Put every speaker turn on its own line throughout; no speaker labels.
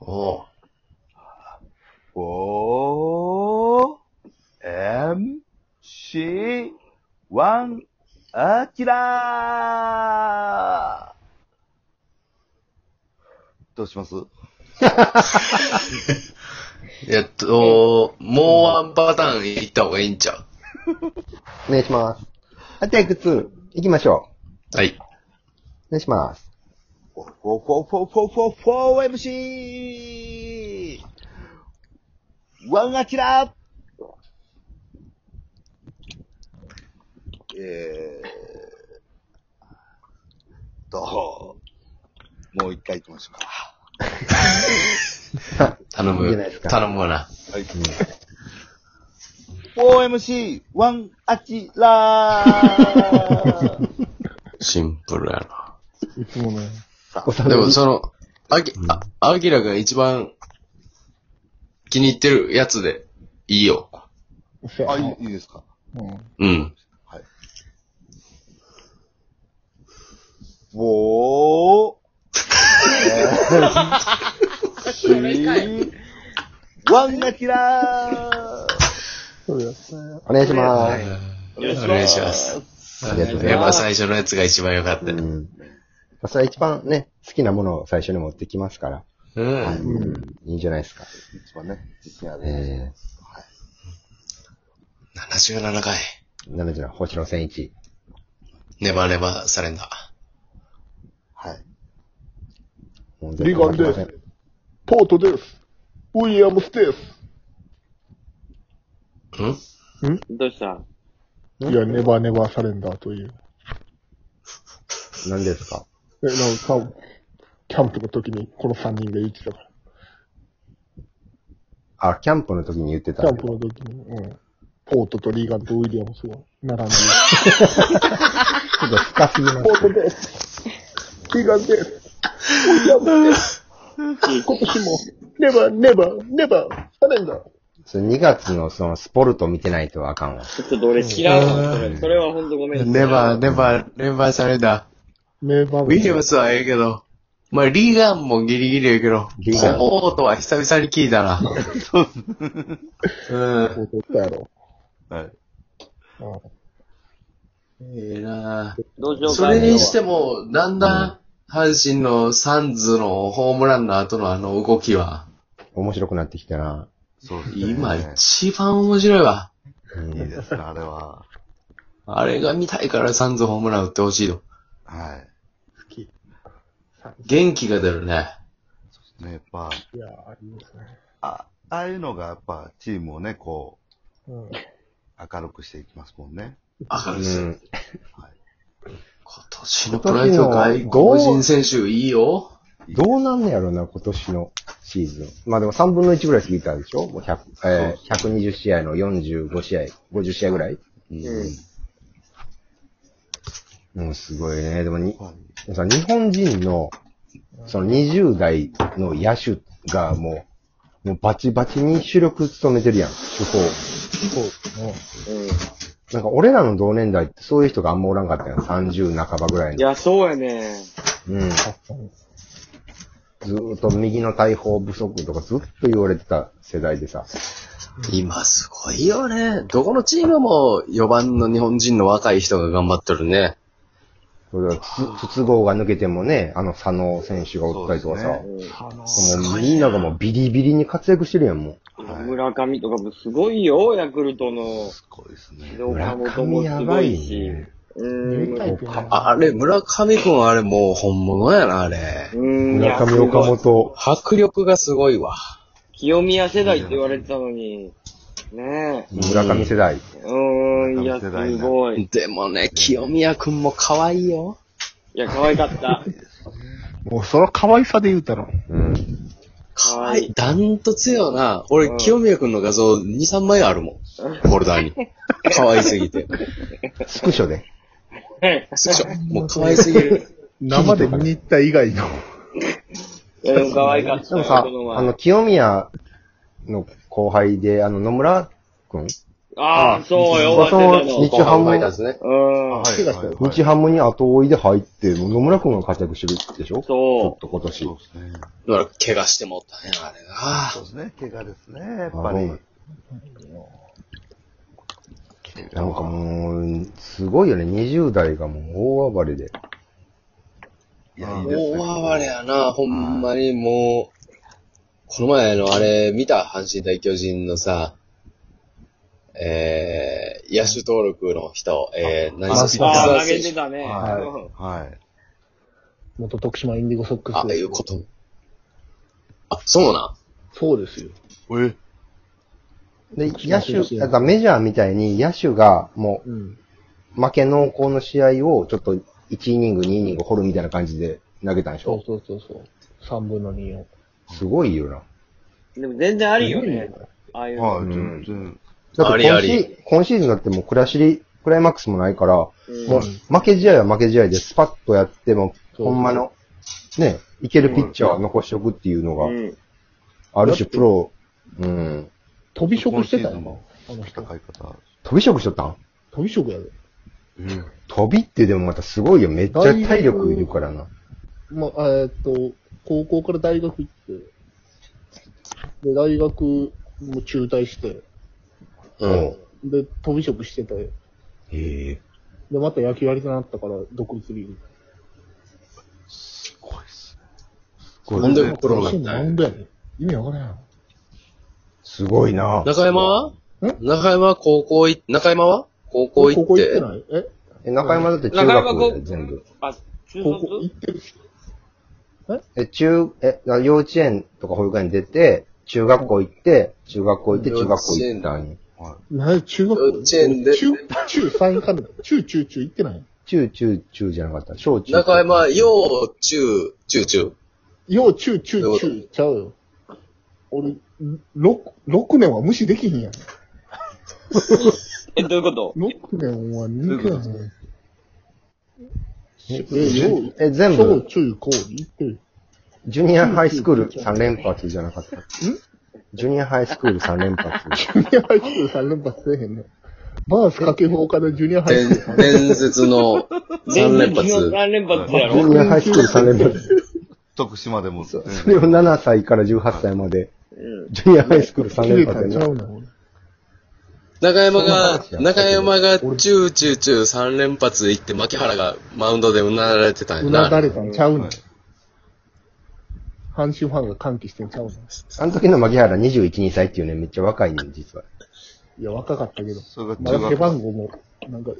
お
おー、M、C、ワン、アキラーどうします
えっと、もうワンパターンいった方がいいんちゃ
お願いします。はい、テイク2。行きましょう。
うはい。
お願いします。
4MC! ワンアキラえーと、もう一回行きましょうか。
頼
いい
む
じゃないです。か
頼むわな。
はい。4MC、ワンアキラー
シンプルやな。
いつもね。
おさ
でも、
う。
その、あき、あ、あきらが一番気に入ってるやつでいいよ。
嘘や
あ、
ない
いいいですか
うん。
うん。
はい。おー。しー。ワンガキラ
そうやったよ。
お願いしま
お
す。
ー。
お願いします。
ありがとうござい
やっぱ
ます。
最初のやつが一番良かった
う
よ。
ん。それは一番ね、好きなものを最初に持ってきますから。
うん。
うん。いいんじゃないですか。
一番ね、自信ある。
え
77回。
ー、なのじゃ、星野千一。
ネバネバサレンダー。
はい。
もう
リ
絶
ガン
対負けま
で
せん
す。ポートです。ウィリアムスです。
ん
どうした
いや、ネバーネバーサレンダーという。
何ですか
え、なんか、キャンプの時にこの3人で言ってたから。
あ、キャンプの時に言ってた
キャ。ンプの時に、うん。ポートとリーガンとウィリアムスが並んで
ちょっと深すぎます。
ポートです。リーガンです。ウィリアム です。今年も、ネバーネバーネバーサレンダー。
それ2月のそのスポルト見てないとあかんわ。
ちょっとどれ違うわ、それ。それはほんとごめん。
ネバー、ネバー、ネバーサレンダ
ネバー
ー。ウィリアムスはええけど、まあ、リーガンもギリギリやけど、
リーガン
ポートは久々に聞いたな。うん。
ポートったやろ。
はい。
うん
ええな
どうしようか。。
それにしてても、だんだん、阪神のサンズのホームランの後のあの動きは、
面白くなってきたな。
そうですね。
今
い
一番面白いわ。
うん
いですね、あれは。
あれが見たいからサンズホームラン打ってほしいと。
は
元気が出るね。
い。ね、やっぱ、
いやー、いいですね。
あ、ああいうのがやっぱ、チームをね、こう、
うん。
明るくしていきますもんね。
明る
う
いし。
ん。
今年のプロ野球外国人選手いいよ。
どうなんねやろな、今年のシーズン。まあでも3分の1ぐらい過ぎたでしょもう100、えー、120試合の45試合、50試合ぐらい
うん。
うん、すごいね。でもに、
はい。
その日本人の、その20代の野手がもう、もうバチバチに主力務めてるやん、主砲。
そうですね。
なんか俺らの同年代ってそういう人があんまおらんかったやん、30半ばぐらい
い
の。
や、そうやね。
うん。
確かに。
ずーっと右の大砲不足とかずっと言われてた世代でさ。
今すごいよね。どこのチームも4番の日本人の若い人が頑張ってるね。
それはつ、筒香が抜けてもね、あの佐野選手がおったりとかさ。
そう
うん
もうみんながもうビリビリに活躍してるやん、も
はい
村上とかもすごいよ、ヤクルトの。
すごいです
で
ね。
村
岡
上
本も
や
す
ば
ご
い
い
ね
し。うん。
タイプね
あれ、村上くんあれもう本物やな、あれ。
う。
うん。いや
村上、岡。
すごい
本。
迫力がすごいわ。
清宮世代って言われてたのに。ね
村上世代。
え。うん。いや、すごい。い
でもね、清宮くんも可愛いよ。
や、可愛かった。
もうその可愛さで言うたら。
うん。
可
は
愛
い
い。。
ダントツよな。俺、
うん
清宮くんの画像2、3枚あるもん。フォルダーに。可愛す ぎて。
スクショで。
スクショ。もう可愛すぎる。
生で見に行った以外の。
いや、でも可愛かっ
で
た
も
よ。
さ、
この前
あの、清宮の後輩で、あの、野村くん
ああ、そうよ、
そ
早
の
稲田の。
日ハム
ファイターズね。
うん。
手がしたよ。
日ハムに後追いで入って、もう野村くんが活躍してるでしょちょ
そ
っと今年。
そうですね。
だから、怪我してもったね、あれな
そうですね。怪我ですね。やっぱ
あ
り
の。なんかもう、すごいよね。20代がもう大暴れで。
いや、いいですね。
大暴れやな、ほんまにもう、この前のあれ見た阪神対巨人のさ、えー、野手登録の人、えー、何
あ
し
う。ああ、投げてたね。うん
はい。はい。
元徳島インディゴソック
あ
ス
あ
で
い
す
う。ことも。あ、そうなん
そうですよ。
え
で、野手、だからメジャーみたいに野手がも
うん。
う負け濃厚の試合をちょっと1イニング、2イニング掘るみたいな感じで投げたんでし
そう
ょ
そうそうそう。3分の2を。
すごいよな。
でも全然ありよね。ああいうの。
はい、
う
全
ん
然。
だ
あ
って
り
今
あ
シ
り
ー今シーズンだってもうクラシリ、クライマックスもないから、も
うん
う負け試合は負け試合でスパッとやっても、
そう
ほんまの、ね、いけるピッチャーは残しておくっていうのが、
うん。
ある種プロ、うん。
飛び職して
今シー
た
ズン
よ
も。
あの人。
戦い方。
飛び職しとったん
飛び職やで。
うん。
飛びってでもまたすごいよ。めっちゃ体力いるからな。
まあ、えーっと、高校から大学行って、で、大学も中退して、
うん。
で、飛び職してて、
へえ。
で、また野球やりたなったから、独立リーグ。
すごいっすね。
ほんで、プロなんだ
な
よ
ん。でやねん。意味わからんやろ。
すごいな。
中山は
ん
中山は高校い、中山は高校行
高校
っ
行って
て。
ないえ
え、中山だって中
中山
学
高
で全部。
あ、中
高校行
卒
ってるし。
え、中、え、だ幼稚園とか保育園出て、中学校行って、中学校行って、中学校行ったんよ
なに中学
幼稚園で
中、中3かな中中中行ってない
中、中、中じゃなかった。小中。
中山、幼、中、中、中。
よう、中、中
どう、い
中、ちゃうよ。俺、六六年は無視できひんやん。
え、どういうこと
六年は抜けやん。
え
え、よう、
え、全
小
部、
中高に行ってる。
ジュニアハイスクール3連発じゃなか った。んジュニアハイスクール3連発。
ジュニアハイスクール3連発せえへんね。バース掛布からジュニアハイスクール。
伝伝説の3連 発。
3連発や
ジュ
ろ。
ニアハイスクール3連発。
徳島でも。そ
それを7歳から18歳まで、
うん。
ジュニアハイスクール3連
切れ
発
たんち
やな。
ゃうな、俺。
中山が
そ、んな話やった
中
けど
山が、チューチューチュー3連発で行って、牧原がマウンドでうなられてたん
う
や
なだ
な。
れたんちゃう
は
ね
い
阪神ファンが歓喜してんちゃうね
あの時の牧原21、2歳っていうね、めっちゃ若いねん、実は。
いや、若かったけど。
それが
まだ背
中学
番号も、なんか、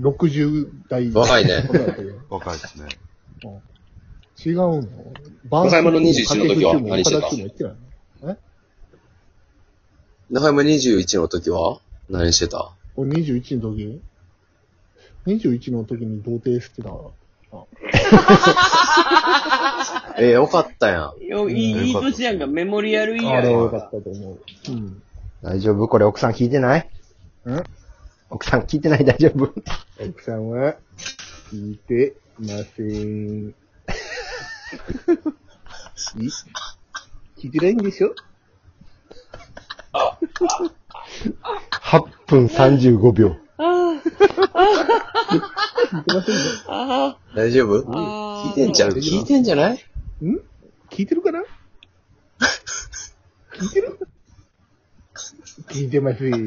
60代。
若いね。
若いっ すね。
違うのバ
中山の21の時は何してた
掛布も岡田君も言ってない
中山21の時は何してた
俺21の時 ?21 の時に童貞してたから。
ええ、よかったやん。
よ、いい、いい年やんか、メモリアルイ
あ
ヤ
れ
ー
は良
や。
かったと思う。うん。
大丈夫これ奥さん聞いてない
ん
奥さん聞いてない大丈夫
奥さんは、聞いてませ ん。い聞いてないんでしょ
?8 分35秒。
あ
大丈夫
あ
聞いてんちゃう聞いてんじゃない
ん聞いてるかな聞いてる聞いてません。
あ、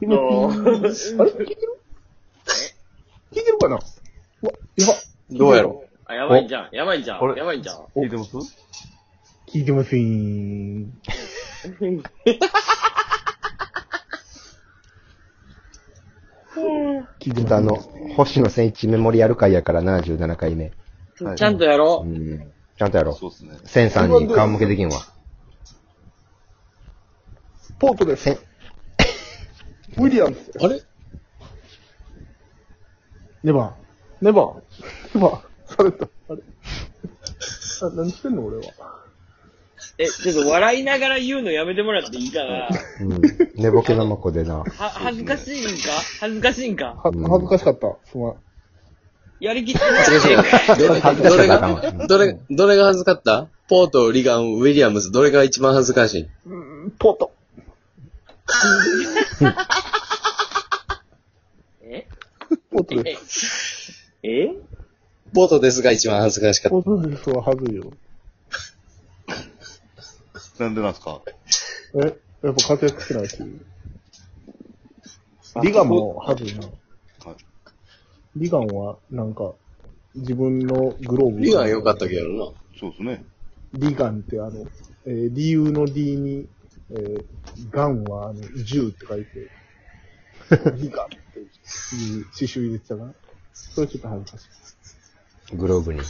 ど
あ
う
れ聞いてる聞いてるかなうわ、やば。
どうやろ
あ、やばいじゃん、やばいじゃ
あ
ん、
れ
やばいじゃん。
聞いてます
聞いてません。聞い
ちょ
て
っと
ませ
あ
ん。
の、星野千一メモリアル会やから77回目。
はい
ちゃんとや
う
ろ
ん。ちゃんとやろ
そうっすね。
う。千さんに顔向けできんわ。
ポートです。
千、
ウィリアムズ。
うあれ
ネバー。ネバー。ネバー。された。あれあ、何してんの俺は。
う。え、ちょっと笑いながら言うのやめてもらっていいかな。
うん。寝ぼけな まこでな。
は、恥ずかしいんか恥ずかしいんか
は恥ずかしかった。すまん。
やりきってない。
違う違う。どどれ
恥ずかしいなあかん
が、どれ、どれが恥ずかったポート、リガン、ウィリアムズ、どれが一番恥ずかしい
ポート。
え
ポートです。
え
ポートですが一番恥ずかしか
ポ
っ
ートですははずいよ。
なんでなんすか
え、やっぱ活躍してないし。
リガも、
はずいな。
はい
リガンは、なんか、自分のグロー
た。
ブ。
リガン良かったけどな。
そうですね。
リガンってあの、えー理由の D に、えーガンはあの、銃って書いて、リガンっていう刺繍入れてたから、それちょっと恥ずかしい。
グローブに。
うん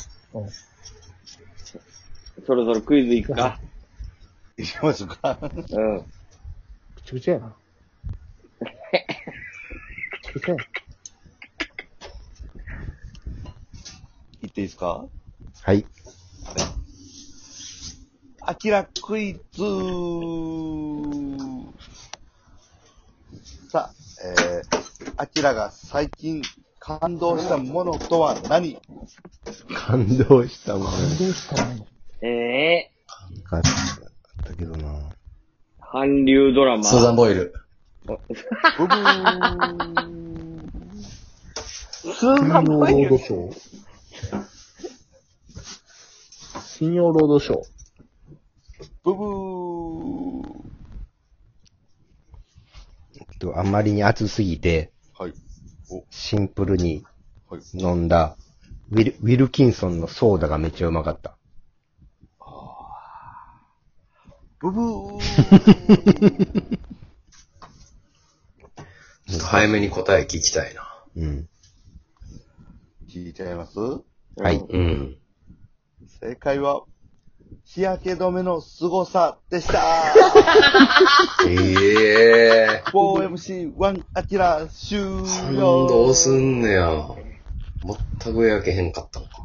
そろそろクイズいくか。
いきます か。
うん。
くちゃくちゃや な。くちゃくちゃや。
言っていいですか
はい。
アキラクイズさあ、えー、アキラが最近感動したものとは何
感動したもん。
どうしたの
え
かったけどな。
ー、韓流ドラマ。
ソーザンボイル。
ブブー
金曜ロードショー。金曜ロードショー。
ブブー
とあまりに熱すぎて、
はい。
シンプルに
はい。
飲んだ、ウィル、ウィルキンソンのソーダがめっちゃうまかった。
ブブー
ちょっと早めに答え聞きたいな。
うん。
聞いちゃいます
はい。
うん。
正解は、日焼け止めの凄さでした
ええ
4MC1 アキラ終
ー。感
了
動すんねや。全く焼けへんかったのか。